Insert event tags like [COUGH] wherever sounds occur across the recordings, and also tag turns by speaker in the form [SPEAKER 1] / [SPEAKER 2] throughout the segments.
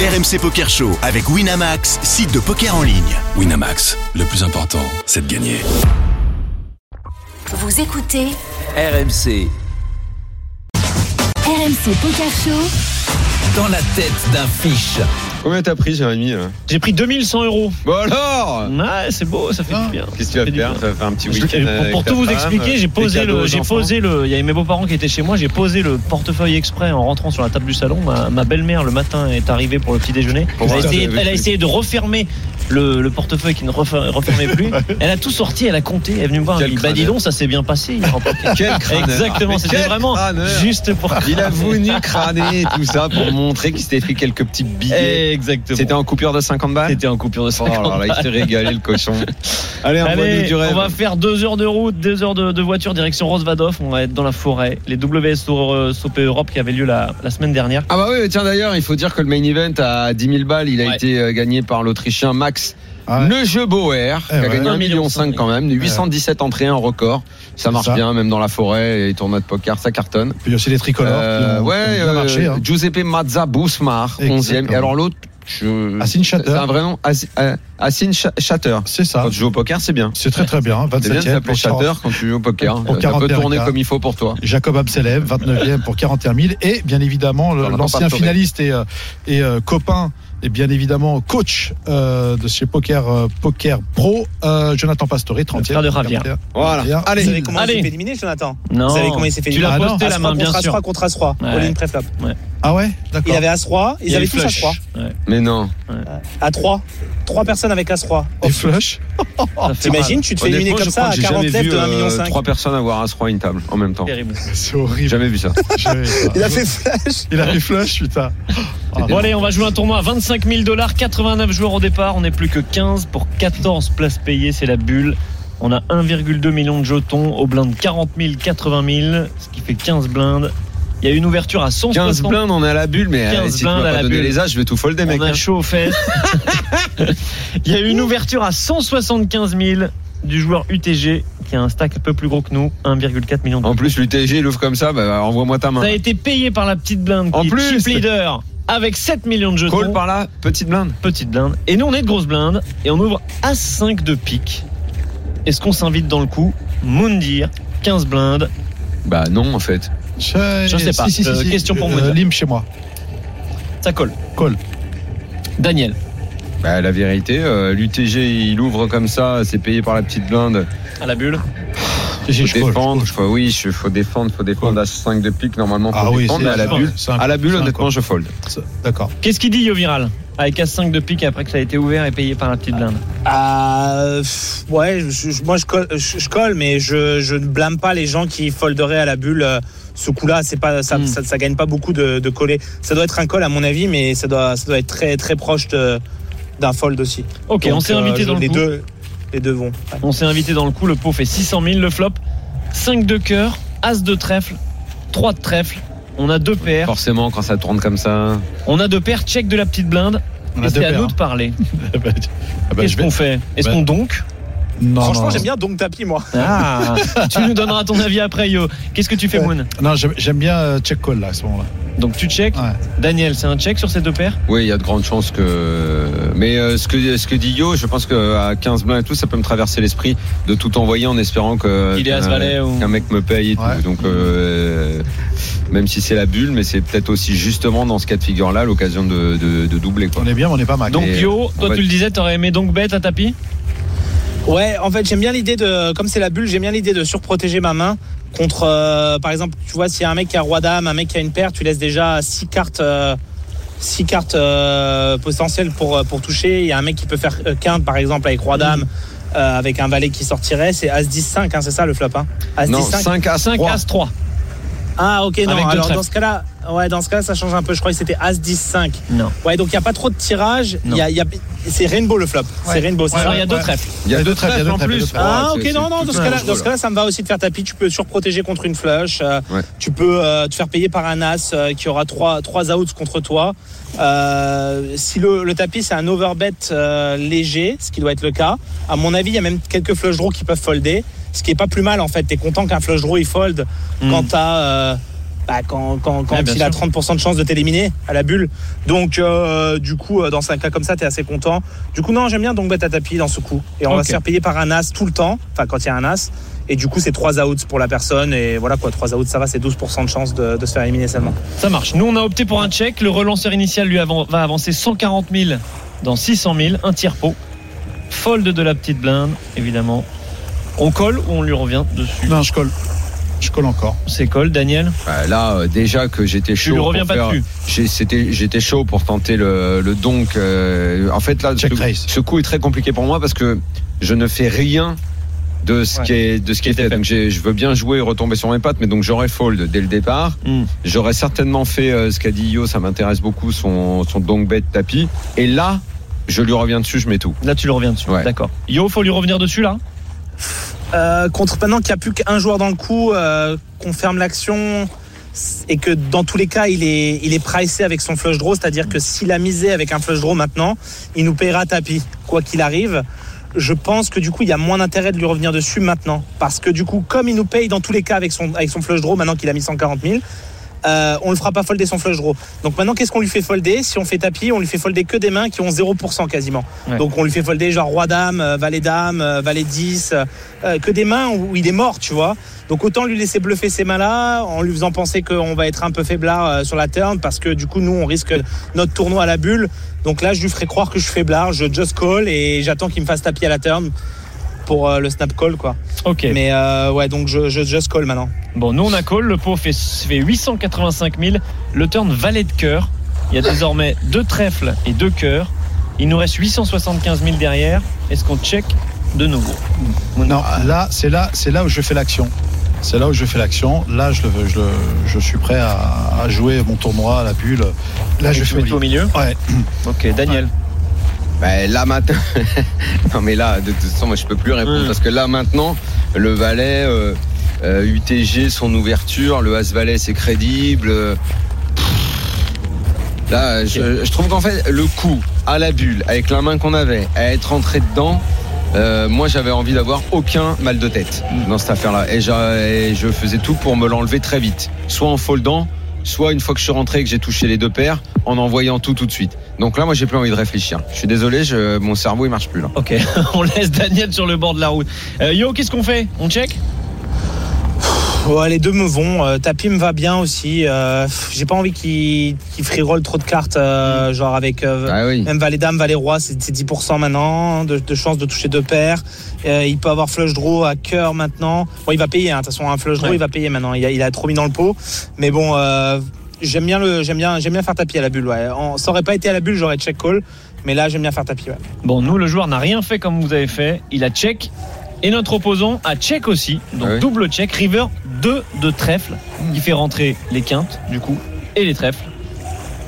[SPEAKER 1] RMC Poker Show avec Winamax, site de poker en ligne.
[SPEAKER 2] Winamax, le plus important, c'est de gagner.
[SPEAKER 3] Vous écoutez
[SPEAKER 4] RMC,
[SPEAKER 3] RMC Poker Show.
[SPEAKER 4] dans la tête d'un fiche.
[SPEAKER 5] Combien t'as pris, Jérémy là
[SPEAKER 6] J'ai pris 2100 euros.
[SPEAKER 5] Bon alors
[SPEAKER 6] Ouais, c'est beau, ça fait du bien.
[SPEAKER 5] Qu'est-ce que tu vas
[SPEAKER 6] Ça
[SPEAKER 5] faire
[SPEAKER 6] fait du bien.
[SPEAKER 5] Tu vas faire un petit
[SPEAKER 6] Je-
[SPEAKER 5] week-end
[SPEAKER 6] pour-
[SPEAKER 5] avec
[SPEAKER 6] pour
[SPEAKER 5] ta
[SPEAKER 6] tout vous
[SPEAKER 5] femme,
[SPEAKER 6] expliquer, j'ai
[SPEAKER 5] des
[SPEAKER 6] posé
[SPEAKER 5] cadeaux
[SPEAKER 6] le,
[SPEAKER 5] aux
[SPEAKER 6] j'ai
[SPEAKER 5] enfants.
[SPEAKER 6] posé le, il y avait mes beaux-parents qui étaient chez moi, j'ai posé le portefeuille exprès en rentrant sur la table du salon. Ma, ma belle-mère le matin est arrivée pour le petit déjeuner.
[SPEAKER 5] Pour
[SPEAKER 6] elle, a
[SPEAKER 5] voir si
[SPEAKER 6] essayé,
[SPEAKER 5] j'avais
[SPEAKER 6] elle a
[SPEAKER 5] vu.
[SPEAKER 6] essayé de refermer le, le portefeuille qui ne refer-
[SPEAKER 5] [LAUGHS]
[SPEAKER 6] refermait plus. elle a tout sorti, elle a compté, elle est venue me voir. Elle
[SPEAKER 5] Quel
[SPEAKER 6] me dit, bah dis
[SPEAKER 5] crâneur.
[SPEAKER 6] donc, ça s'est bien passé.
[SPEAKER 5] Quel [LAUGHS] crâneur.
[SPEAKER 6] [LAUGHS]
[SPEAKER 5] Ah,
[SPEAKER 6] Exactement,
[SPEAKER 5] Mais
[SPEAKER 6] c'était
[SPEAKER 5] quel
[SPEAKER 6] vraiment
[SPEAKER 5] crâneur.
[SPEAKER 6] juste pour.
[SPEAKER 5] Il a voulu crâner tout ça pour
[SPEAKER 6] [LAUGHS]
[SPEAKER 5] montrer qu'il s'était fait quelques petits billets.
[SPEAKER 6] Exactement.
[SPEAKER 5] C'était en coupure de 50 balles
[SPEAKER 6] C'était en coupure de
[SPEAKER 5] Oh
[SPEAKER 6] 50
[SPEAKER 5] là là, il s'est régalé le
[SPEAKER 6] [LAUGHS]
[SPEAKER 5] cochon. Allez, envoie-nous
[SPEAKER 6] Allez,
[SPEAKER 5] du rêve.
[SPEAKER 6] on va faire deux heures de route, deux heures de, de voiture direction Rosvadov. On va être dans la forêt. Les WSOP euh, Europe qui avait lieu la, la semaine dernière.
[SPEAKER 5] Ah bah oui, tiens d'ailleurs, il faut dire que le main event à 10 000 balles, il a
[SPEAKER 6] Ouais.
[SPEAKER 5] été euh, gagné par l'Autrichien Max
[SPEAKER 7] Ah ouais.
[SPEAKER 5] Le jeu Bauer, qui a
[SPEAKER 7] ouais.
[SPEAKER 5] gagné 1,5 million
[SPEAKER 6] Ouais.
[SPEAKER 5] quand même, 817 entrées, un record. Ça marche
[SPEAKER 7] ça.
[SPEAKER 5] bien, même dans la forêt, et les tournois de poker, ça cartonne.
[SPEAKER 7] Puis il y a aussi les tricolores
[SPEAKER 5] Euh,
[SPEAKER 7] qui ont, qui ont
[SPEAKER 5] ouais,
[SPEAKER 7] bien
[SPEAKER 5] euh,
[SPEAKER 7] marché. hein.
[SPEAKER 5] Giuseppe Mazza Bousmar, 11e.
[SPEAKER 7] Exactement.
[SPEAKER 5] Et alors l'autre, je...
[SPEAKER 7] Asin Shatter.
[SPEAKER 5] c'est un vrai nom, As- euh, Asin Sha- Shatter.
[SPEAKER 7] C'est ça.
[SPEAKER 5] Quand tu joues au poker, c'est bien.
[SPEAKER 7] C'est très très bien. hein.
[SPEAKER 5] C'est bien de
[SPEAKER 7] 27e
[SPEAKER 5] s'appeler
[SPEAKER 7] pour
[SPEAKER 5] Shatter quand tu joues au poker.
[SPEAKER 7] Pour
[SPEAKER 5] Ça peut
[SPEAKER 7] 41K.
[SPEAKER 5] tourner comme il faut pour toi.
[SPEAKER 7] Jacob Abselève, 29e pour 41 000. Et bien évidemment, le-
[SPEAKER 5] Jonathan
[SPEAKER 7] l'ancien
[SPEAKER 5] Pastore.
[SPEAKER 7] finaliste et, euh, et euh, copain, et bien évidemment coach euh, de chez Poker, euh, Poker Pro, euh, Jonathan Pastore, 30e.
[SPEAKER 6] frère de Javier.
[SPEAKER 5] Voilà.
[SPEAKER 7] Allez.
[SPEAKER 8] Vous savez comment
[SPEAKER 6] Allez.
[SPEAKER 8] il s'est fait éliminer, Jonathan
[SPEAKER 6] Non.
[SPEAKER 8] Vous savez comment il s'est fait
[SPEAKER 6] Tu l'as
[SPEAKER 7] Ah non.
[SPEAKER 6] posté la
[SPEAKER 8] As-3
[SPEAKER 6] main,
[SPEAKER 8] contre
[SPEAKER 6] bien sûr.
[SPEAKER 8] As-3 contre As-3,
[SPEAKER 6] Ouais.
[SPEAKER 8] all in préflop.
[SPEAKER 7] Ah ouais
[SPEAKER 8] Il
[SPEAKER 7] D'accord.
[SPEAKER 8] avait As-3, ils
[SPEAKER 6] Il y a
[SPEAKER 8] avaient
[SPEAKER 6] eu
[SPEAKER 8] tous
[SPEAKER 6] flush.
[SPEAKER 8] As-3.
[SPEAKER 6] Ouais,
[SPEAKER 5] Mais non.
[SPEAKER 8] A3, 3 personnes avec As-3.
[SPEAKER 7] Et flush [LAUGHS]
[SPEAKER 6] ça fait mal.
[SPEAKER 8] Oh, T'imagines, tu te fais éliminer
[SPEAKER 5] Honnêtement, je
[SPEAKER 8] comme
[SPEAKER 5] crois que
[SPEAKER 8] ça à
[SPEAKER 5] j'ai
[SPEAKER 8] 40
[SPEAKER 5] jamais
[SPEAKER 8] lèvres
[SPEAKER 5] vu
[SPEAKER 8] de 1,5
[SPEAKER 5] euh,
[SPEAKER 8] million.
[SPEAKER 5] trois personnes avoir un 3 une table en même temps.
[SPEAKER 6] Terrible.
[SPEAKER 8] Ah,
[SPEAKER 7] C'est horrible.
[SPEAKER 5] Jamais vu ça.
[SPEAKER 7] J'avais pas.
[SPEAKER 8] Il a fait flash.
[SPEAKER 7] Il a fait flush, putain.
[SPEAKER 6] Bon allez, on va jouer un tournoi à 25 000 dollars, 89 joueurs au départ, on n'est plus que 15 pour 14 places payées, c'est la bulle. On a 1,2 million de jetons au blind 40 000, 80 000, ce qui fait 15 blindes. Il y a une ouverture à 160
[SPEAKER 5] 15
[SPEAKER 7] [LAUGHS]
[SPEAKER 5] blindes, on est à la bulle, mais euh,
[SPEAKER 6] 15
[SPEAKER 5] si tu m'as
[SPEAKER 6] blindes à
[SPEAKER 5] pas
[SPEAKER 6] la
[SPEAKER 5] donné
[SPEAKER 6] bulle.
[SPEAKER 5] les âges, je vais tout folder, mec.
[SPEAKER 6] On a chaud aux fesses. Il y a eu une ouverture à 175 000 du joueur UTG qui a un stack un peu plus gros que nous, 1,4 million de
[SPEAKER 5] En plus, l'UTG, il ouvre comme ça, bah, bah, envoie-moi ta
[SPEAKER 6] Ça a
[SPEAKER 5] main.
[SPEAKER 6] été payé par la petite blinde qui
[SPEAKER 5] En
[SPEAKER 6] est
[SPEAKER 5] plus.
[SPEAKER 6] chip leader avec 7 millions de jetons.
[SPEAKER 5] Call par là, petite blinde.
[SPEAKER 6] Petite blinde. Et nous, on est de grosse blinde et on ouvre à 5 de pique. Est-ce qu'on s'invite dans le coup Moundir, 15 blindes.
[SPEAKER 5] Bah non, en fait.
[SPEAKER 7] Je
[SPEAKER 6] Je sais pas. Euh, question pour moi, déjà.
[SPEAKER 7] Lim chez moi.
[SPEAKER 6] Ça colle.
[SPEAKER 7] Call.
[SPEAKER 6] Daniel.
[SPEAKER 5] Bah, la vérité, euh, l'UTG, il ouvre comme ça, c'est payé par la petite blinde.
[SPEAKER 6] À la bulle.
[SPEAKER 7] J'ai
[SPEAKER 5] Faut défendre, faut, oui, je- faut défendre, faut défendre à 5 de pique, normalement, faut
[SPEAKER 7] Ah oui,
[SPEAKER 5] défendre,
[SPEAKER 7] c'est-
[SPEAKER 5] mais à la
[SPEAKER 7] c'est un-
[SPEAKER 5] bulle.
[SPEAKER 7] c'est un-
[SPEAKER 5] À la bulle,
[SPEAKER 7] c'est un
[SPEAKER 5] honnêtement,
[SPEAKER 7] call.
[SPEAKER 5] je fold.
[SPEAKER 7] D'accord.
[SPEAKER 6] Qu'est-ce qu'il dit, Yo Viral Avec As-5 de pique après que ça a été ouvert et payé par la petite blinde.
[SPEAKER 8] Ah, pff, ouais, je- je- moi je colle, je, je colle, mais je, je ne blâme pas les gens qui folderaient à la bulle. euh, Ce coup-là, c'est pas, ça,
[SPEAKER 6] Mm.
[SPEAKER 8] ça, ça gagne pas beaucoup de, de coller. Ça doit être un call à mon avis, mais ça doit, ça doit être très, très proche de- d'un fold aussi.
[SPEAKER 6] Ok,
[SPEAKER 8] Donc,
[SPEAKER 6] on s'est
[SPEAKER 8] euh,
[SPEAKER 6] invité
[SPEAKER 8] je-
[SPEAKER 6] dans le
[SPEAKER 8] les
[SPEAKER 6] coup.
[SPEAKER 8] deux, les deux vont. Ouais.
[SPEAKER 6] On s'est invité dans le coup, le pot fait 600 000, le flop 5 de cœur, As de trèfle, 3 de trèfle, on a deux paires,
[SPEAKER 5] Forcément, quand ça tourne comme ça.
[SPEAKER 6] on a deux paires, check de la petite blinde,
[SPEAKER 7] On
[SPEAKER 6] et
[SPEAKER 7] a deux
[SPEAKER 6] c'est à
[SPEAKER 7] paires,
[SPEAKER 6] nous
[SPEAKER 7] hein.
[SPEAKER 6] de parler.
[SPEAKER 7] Ah bah, ah bah,
[SPEAKER 6] Qu'est-ce
[SPEAKER 7] je vais-
[SPEAKER 6] qu'on fait Est-ce
[SPEAKER 7] bah-
[SPEAKER 6] qu'on donc
[SPEAKER 7] Non,
[SPEAKER 8] Franchement,
[SPEAKER 7] non,
[SPEAKER 8] j'aime bien donc tapis moi.
[SPEAKER 7] [LAUGHS]
[SPEAKER 6] Ah Tu nous donneras ton avis après, Yo. Qu'est-ce que tu fais, Moon
[SPEAKER 7] Non, j'aime j'aime bien euh, check call là à ce moment-là.
[SPEAKER 6] Donc tu check.
[SPEAKER 7] Ouais.
[SPEAKER 6] Daniel, c'est un check sur ces deux paires
[SPEAKER 5] Oui, il y a de grandes chances que. Mais euh, ce que ce que dit Yo, je pense que à 15 blindes et tout, ça peut me traverser l'esprit de tout envoyer en espérant que
[SPEAKER 6] Qu'il est
[SPEAKER 5] qu'un-
[SPEAKER 6] As-Valet ou-
[SPEAKER 5] qu'un mec me paye et tout.
[SPEAKER 7] Ouais.
[SPEAKER 5] Donc euh, même si c'est la bulle, mais c'est peut-être aussi justement dans ce cas de figure-là l'occasion de, de, de doubler quoi.
[SPEAKER 7] On est bien, mais on n'est pas mal.
[SPEAKER 6] Donc
[SPEAKER 5] Et,
[SPEAKER 6] Yo,
[SPEAKER 5] on
[SPEAKER 6] toi
[SPEAKER 5] va-
[SPEAKER 6] tu le disais, t'aurais aimé donc bête à tapis
[SPEAKER 8] Ouais, en fait, j'aime bien l'idée de, comme c'est la bulle, j'aime bien l'idée de surprotéger ma main contre, euh, par exemple, tu vois, s'il y a un mec qui a roi dame, un mec qui a une paire, tu laisses déjà six cartes, euh, six cartes euh, potentielles pour euh, pour toucher. Il y a un mec qui peut faire euh, quinte, par exemple, avec roi dame, euh, avec un valet qui sortirait. C'est as 10 5, hein, c'est ça le flop. Hein as 10
[SPEAKER 5] non,
[SPEAKER 8] 5.
[SPEAKER 5] 5 à
[SPEAKER 6] 5
[SPEAKER 5] 3.
[SPEAKER 6] As 3.
[SPEAKER 8] Ah ok, non.
[SPEAKER 6] Avec deux
[SPEAKER 8] Alors
[SPEAKER 6] trèfles.
[SPEAKER 8] dans ce cas-là, ouais, dans ce cas-là, ça change un peu. Je crois que c'était as 10 5.
[SPEAKER 6] Non.
[SPEAKER 8] Ouais, donc il y a pas trop de tirage. Il y a, il y a- c'est rainbow le flop. C'est rainbow. c'est
[SPEAKER 7] Ouais,
[SPEAKER 8] ça
[SPEAKER 6] Alors il y a deux
[SPEAKER 7] ouais.
[SPEAKER 6] trèfles.
[SPEAKER 5] Il y a
[SPEAKER 7] Il y a
[SPEAKER 5] deux
[SPEAKER 7] deux trèfles,
[SPEAKER 5] trèfles en
[SPEAKER 7] il y a deux
[SPEAKER 5] plus.
[SPEAKER 7] trèfles.
[SPEAKER 8] Ah
[SPEAKER 5] Ouais,
[SPEAKER 8] ok
[SPEAKER 5] c'est-
[SPEAKER 8] non non
[SPEAKER 5] c'est
[SPEAKER 8] dans
[SPEAKER 5] tout
[SPEAKER 8] ce
[SPEAKER 5] un
[SPEAKER 8] cas-là
[SPEAKER 5] jeu,
[SPEAKER 8] dans ce
[SPEAKER 5] là.
[SPEAKER 8] cas-là ça me va aussi de faire tapis tu peux surprotéger contre une flush euh,
[SPEAKER 5] Ouais.
[SPEAKER 8] tu peux euh, te faire payer par un as euh, qui aura trois trois outs contre toi Euh, si le, le tapis c'est un overbet euh, léger ce qui doit être le cas à mon avis il y a même quelques flush draws qui peuvent folder ce qui est pas plus mal en fait t'es content qu'un flush draw il fold
[SPEAKER 6] Hmm.
[SPEAKER 8] quand t'as euh, bah, quand, quand, quand
[SPEAKER 6] Ouais, bien
[SPEAKER 8] il a
[SPEAKER 6] sûr.
[SPEAKER 8] 30% de chance de t'éliminer à la bulle. Donc, euh, du coup, euh, dans un cas comme ça, t'es assez content. Du coup, non, j'aime bien donc bet à tapis dans ce coup. Et on va
[SPEAKER 6] Ok.
[SPEAKER 8] se faire payer par un as tout le temps, enfin, quand il y a un as. Et du coup, c'est 3 outs pour la personne. Et voilà quoi, 3 outs, ça va, c'est 12% de chance de, de se faire éliminer seulement.
[SPEAKER 6] Ça marche. Nous, on a opté pour un check. Le relanceur initial lui avan- va avancer 140 000 dans 600 000, un tiers pot. Fold de la petite blinde, évidemment. On colle ou on lui revient dessus
[SPEAKER 7] Non, je colle. Je colle encore.
[SPEAKER 6] C'est colle, Daniel
[SPEAKER 5] Bah, là, euh, déjà que j'étais
[SPEAKER 6] Tu
[SPEAKER 5] chaud.
[SPEAKER 6] lui
[SPEAKER 5] pour
[SPEAKER 6] reviens pas
[SPEAKER 5] faire-
[SPEAKER 6] dessus.
[SPEAKER 5] j'ai- c'était- J'étais chaud pour tenter le, le donk. euh, en fait, là,
[SPEAKER 7] Check
[SPEAKER 5] ce,
[SPEAKER 7] raise.
[SPEAKER 5] ce coup est très compliqué pour moi parce que je ne fais rien de ce
[SPEAKER 6] Ouais.
[SPEAKER 5] qui est de ce qui était. Donc, j'ai- je veux bien jouer et retomber sur mes pattes, mais donc j'aurais fold dès le départ.
[SPEAKER 6] Hmm.
[SPEAKER 5] J'aurais certainement fait euh, ce qu'a dit Yo, ça m'intéresse beaucoup son son donk bet tapis. Et là, je lui reviens dessus, je mets tout.
[SPEAKER 6] Là, tu le reviens dessus.
[SPEAKER 5] Ouais.
[SPEAKER 6] D'accord. Yo, faut lui revenir dessus, là
[SPEAKER 8] Euh, contre maintenant qu'il n'y a plus qu'un joueur dans le coup, euh, qu'on ferme l'action et que dans tous les cas il est il est pricé avec son flush draw, c'est-à-dire que s'il a misé avec un flush draw maintenant, il nous paiera tapis quoi qu'il arrive. Je pense que du coup il y a moins d'intérêt de lui revenir dessus maintenant parce que du coup comme il nous paye dans tous les cas avec son avec son flush draw maintenant qu'il a mis 140 000. Euh, on le fera pas folder son flush draw. Donc maintenant, qu'est-ce qu'on lui fait folder Si on fait tapis, on lui fait folder que des mains qui ont 0% quasiment.
[SPEAKER 6] Ouais.
[SPEAKER 8] Donc on lui fait folder genre roi dame, euh, valet dame, euh, valet 10, euh, euh, que des mains où il est mort, tu vois. Donc autant lui laisser bluffer ces mains-là, en lui faisant penser qu'on va être un peu faiblard euh, sur la turn, parce que du coup, nous, on risque notre tournoi à la bulle. Donc là, je lui ferai croire que je suis faiblard, je just call et j'attends qu'il me fasse tapis à la turn pour euh, le snap call, quoi.
[SPEAKER 6] Ok.
[SPEAKER 8] Mais euh, ouais, donc je, je just call maintenant.
[SPEAKER 6] Bon, nous on a call, le pot fait, fait 885 000, le turn valet de cœur. Il y a désormais deux trèfles et deux cœurs. Il nous reste 875 000 derrière. Est-ce qu'on check de nouveau
[SPEAKER 7] Non, là, c'est là, c'est là où je fais l'action. C'est là où je fais l'action. Là, je le, veux, je, le- je suis prêt à, à jouer mon tournoi à la bulle. Là, je
[SPEAKER 6] Tu
[SPEAKER 7] fais.
[SPEAKER 6] mets tout au milieu
[SPEAKER 7] Ouais.
[SPEAKER 6] Ok, Daniel.
[SPEAKER 5] Ben, là maintenant, [LAUGHS] non mais là de toute façon moi je peux plus répondre
[SPEAKER 6] Mm.
[SPEAKER 5] parce que là maintenant le valet euh, euh, UTG son ouverture, le as valet c'est crédible. euh, pff. Là je, je trouve qu'en fait le coup à la bulle avec la main qu'on avait à être rentré dedans. euh, moi, j'avais envie d'avoir aucun mal de tête dans cette affaire-là, et, j'a- et je faisais tout pour me l'enlever très vite, soit en foldant, soit une fois que je suis rentré et que j'ai touché les deux paires, en envoyant tout tout de suite. Donc là, moi, j'ai plus envie de réfléchir. Je suis désolé, je- mon cerveau il marche plus là.
[SPEAKER 6] Ok, [LAUGHS] on laisse Daniel sur le bord de la route. Euh, yo, qu'est-ce qu'on fait On check
[SPEAKER 8] Ouais, les deux me vont. Euh, tapis me va bien aussi. Euh, pff, J'ai pas envie qu'il qu'il free roll trop de cartes, euh, genre avec euh,
[SPEAKER 5] Ah oui.
[SPEAKER 8] Même Valet Dame, Valet Roi, c'est c'est 10% maintenant de, de chance de toucher deux paires. Euh, il peut avoir flush draw à cœur maintenant. Bon, il va payer. hein. De toute façon, un flush draw,
[SPEAKER 6] Ouais.
[SPEAKER 8] il va payer maintenant. Il a, il a trop mis dans le pot. Mais bon, euh, j'aime bien le, j'aime bien, j'aime bien faire tapis à la bulle. Ouais. En- ça aurait pas été à la bulle, j'aurais check call. Mais là, j'aime bien faire tapis. ouais.
[SPEAKER 6] Bon, nous, le joueur n'a rien fait comme vous avez fait. Il a check. Et notre opposant a check aussi. Donc
[SPEAKER 5] Ah oui.
[SPEAKER 6] double check. River 2 de trèfle qui fait rentrer les quintes, du coup, et les trèfles.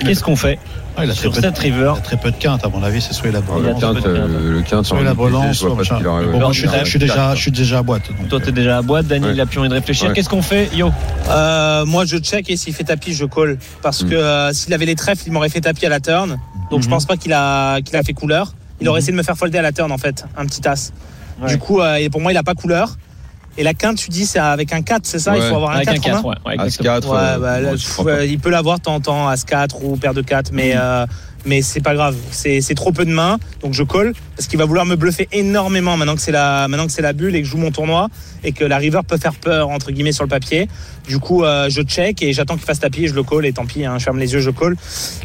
[SPEAKER 6] Qu'est-ce qu'on fait
[SPEAKER 7] Ah, il, a très
[SPEAKER 6] sur
[SPEAKER 7] peu de,
[SPEAKER 6] cette river
[SPEAKER 7] il a très peu de quintes, à mon avis. C'est soit il a
[SPEAKER 5] Alors,
[SPEAKER 6] Il
[SPEAKER 5] le
[SPEAKER 6] a
[SPEAKER 7] brelance,
[SPEAKER 6] très peu
[SPEAKER 5] quinte,
[SPEAKER 6] de quinte.
[SPEAKER 5] euh, le quinte,
[SPEAKER 7] soit
[SPEAKER 5] sur
[SPEAKER 7] il a
[SPEAKER 5] le
[SPEAKER 7] brelance,
[SPEAKER 5] je vois
[SPEAKER 7] soit
[SPEAKER 5] pas ce
[SPEAKER 7] machin.
[SPEAKER 5] qu'il aurait-
[SPEAKER 7] Bon, moi, je suis,
[SPEAKER 6] Ouais.
[SPEAKER 7] je suis déjà, je suis déjà à boîte. donc, euh,
[SPEAKER 6] Toi, t'es déjà à la boîte. Daniel,
[SPEAKER 5] Ouais.
[SPEAKER 6] il a plus envie de réfléchir.
[SPEAKER 5] Ouais.
[SPEAKER 6] Qu'est-ce qu'on fait, yo
[SPEAKER 8] Euh, moi, je check et s'il fait tapis, je call. Parce
[SPEAKER 5] Mm.
[SPEAKER 8] que euh, s'il avait les trèfles, il m'aurait fait tapis à la turn. Donc, je
[SPEAKER 6] Mhm.
[SPEAKER 8] pense pas qu'il a, qu'il a fait couleur. Il aurait essayé de me faire folder à la turn, en fait, un petit as.
[SPEAKER 6] Ouais.
[SPEAKER 8] Du coup, euh, et pour moi, il a pas couleur. Et la quinte, tu dis, c'est avec un 4, c'est ça Il
[SPEAKER 5] Ouais.
[SPEAKER 8] faut avoir un
[SPEAKER 6] Avec
[SPEAKER 8] 4.
[SPEAKER 6] un 4, ouais. ouais,
[SPEAKER 5] As
[SPEAKER 6] exactement.
[SPEAKER 5] 4.
[SPEAKER 8] Ouais, bah, là, pff, euh, il peut l'avoir, t'entends, As 4 ou paire de 4, mais,
[SPEAKER 5] Mm.
[SPEAKER 8] euh, mais c'est pas grave. C'est c'est trop peu de mains, donc je colle, parce qu'il va vouloir me bluffer énormément maintenant que c'est la, maintenant que c'est la bulle et que je joue mon tournoi, et que la river peut faire peur, entre guillemets, sur le papier. Du coup, euh, je check et j'attends qu'il fasse tapis et je le colle, et tant pis, hein, je ferme les yeux, je colle.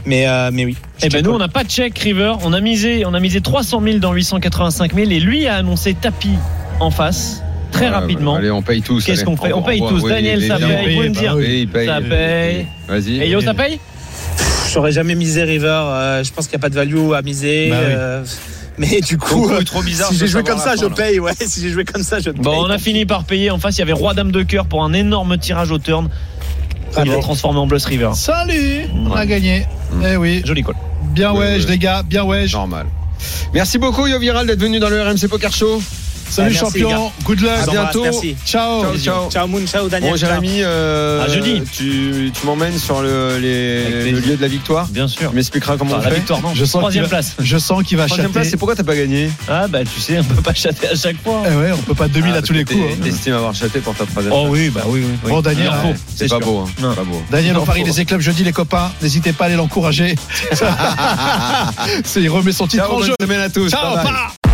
[SPEAKER 8] Mais, euh, mais oui. je
[SPEAKER 6] Eh ben
[SPEAKER 8] check
[SPEAKER 6] nous, on
[SPEAKER 8] call.
[SPEAKER 6] n'a pas de check, River. On a misé, on a misé 300 000 dans 885 000 et lui a annoncé tapis en face très rapidement.
[SPEAKER 5] Ah, bah, Allez, on paye tous.
[SPEAKER 6] Qu'est-ce
[SPEAKER 5] allez.
[SPEAKER 6] qu'on fait On
[SPEAKER 5] Envoie-
[SPEAKER 6] paye
[SPEAKER 5] envoie-
[SPEAKER 6] tous. Daniel,
[SPEAKER 5] oui,
[SPEAKER 6] ça
[SPEAKER 5] les-
[SPEAKER 7] paye.
[SPEAKER 6] paye. Vous pouvez me
[SPEAKER 7] Bah
[SPEAKER 6] dire.
[SPEAKER 7] oui.
[SPEAKER 5] Oui, il paye.
[SPEAKER 6] Ah Ça paye.
[SPEAKER 5] Vas-y.
[SPEAKER 6] Et yo, ça paye
[SPEAKER 8] Pff, J'aurais jamais misé river, euh, je pense qu'il n'y a pas de value à miser.
[SPEAKER 7] Bah oui.
[SPEAKER 8] euh, mais du
[SPEAKER 5] Ton
[SPEAKER 8] coup,
[SPEAKER 5] coup
[SPEAKER 8] euh,
[SPEAKER 5] est trop bizarre.
[SPEAKER 8] si
[SPEAKER 5] je
[SPEAKER 8] j'ai
[SPEAKER 5] veux
[SPEAKER 8] joué
[SPEAKER 5] savoir
[SPEAKER 8] comme ça,
[SPEAKER 5] la
[SPEAKER 8] je
[SPEAKER 5] fin, là.
[SPEAKER 8] paye. Ouais, [LAUGHS] si j'ai joué comme ça, je paye.
[SPEAKER 6] Bon, on a fini par payer. En face, il y avait Roi Dame de cœur pour un énorme tirage au turn. Il
[SPEAKER 8] Raté.
[SPEAKER 6] l'a transformé en bluff River.
[SPEAKER 7] Salut, on a
[SPEAKER 6] Ouais.
[SPEAKER 7] gagné.
[SPEAKER 5] Mm.
[SPEAKER 7] Eh oui,
[SPEAKER 6] Joli call.
[SPEAKER 7] bien
[SPEAKER 5] Ouais,
[SPEAKER 7] ouais,
[SPEAKER 5] ouais.
[SPEAKER 7] les gars, bien ouais.
[SPEAKER 5] Normal. Merci beaucoup, Yo Viral, d'être venu dans le RMC Poker Show.
[SPEAKER 7] Salut
[SPEAKER 8] merci, les gars.
[SPEAKER 7] champion, good luck.
[SPEAKER 8] Je vous embrasse,
[SPEAKER 5] bientôt.
[SPEAKER 8] Merci.
[SPEAKER 7] Ciao.
[SPEAKER 5] Ciao, ciao.
[SPEAKER 8] Ciao Moon, ciao Daniel.
[SPEAKER 5] Bon,
[SPEAKER 8] ciao.
[SPEAKER 5] Jérémy, euh,
[SPEAKER 6] À jeudi.
[SPEAKER 5] tu, tu m'emmènes sur le, les-
[SPEAKER 6] Avec
[SPEAKER 5] le
[SPEAKER 6] plaisir.
[SPEAKER 5] lieu de la victoire.
[SPEAKER 6] Bien sûr.
[SPEAKER 5] Tu m'expliqueras comment
[SPEAKER 6] Enfin,
[SPEAKER 5] on
[SPEAKER 6] la
[SPEAKER 5] fait.
[SPEAKER 6] victoire, non.
[SPEAKER 7] Je sens
[SPEAKER 6] Troisième
[SPEAKER 7] qu'il va-
[SPEAKER 6] place.
[SPEAKER 7] Je sens qu'il va
[SPEAKER 5] Troisième place,
[SPEAKER 7] chater.
[SPEAKER 5] c'est pourquoi t'as pas gagné
[SPEAKER 6] Ah bah tu sais, on peut pas chater à chaque fois.
[SPEAKER 7] Eh ouais, on peut pas
[SPEAKER 5] Ah,
[SPEAKER 7] 2000 à tous les coups. hein.
[SPEAKER 5] T'estimes avoir chaté pour ta troisième.
[SPEAKER 6] Oh oui, bah oui, oui. oui.
[SPEAKER 7] Bon, Daniel,
[SPEAKER 6] Il en
[SPEAKER 7] ouais.
[SPEAKER 6] faut,
[SPEAKER 5] c'est pas,
[SPEAKER 6] sûr.
[SPEAKER 5] beau, hein.
[SPEAKER 6] Non.
[SPEAKER 5] C'est pas beau.
[SPEAKER 7] Daniel,
[SPEAKER 6] Non,
[SPEAKER 7] on parie
[SPEAKER 6] faut-
[SPEAKER 7] les éclabs jeudi, les copains. N'hésitez pas à aller l'encourager. [LAUGHS] C'est- Il remet son titre
[SPEAKER 5] Ciao,
[SPEAKER 7] en
[SPEAKER 5] bonne
[SPEAKER 7] jeu.
[SPEAKER 5] semaine à tous.
[SPEAKER 7] Ciao,
[SPEAKER 5] Bye bye.
[SPEAKER 7] bye.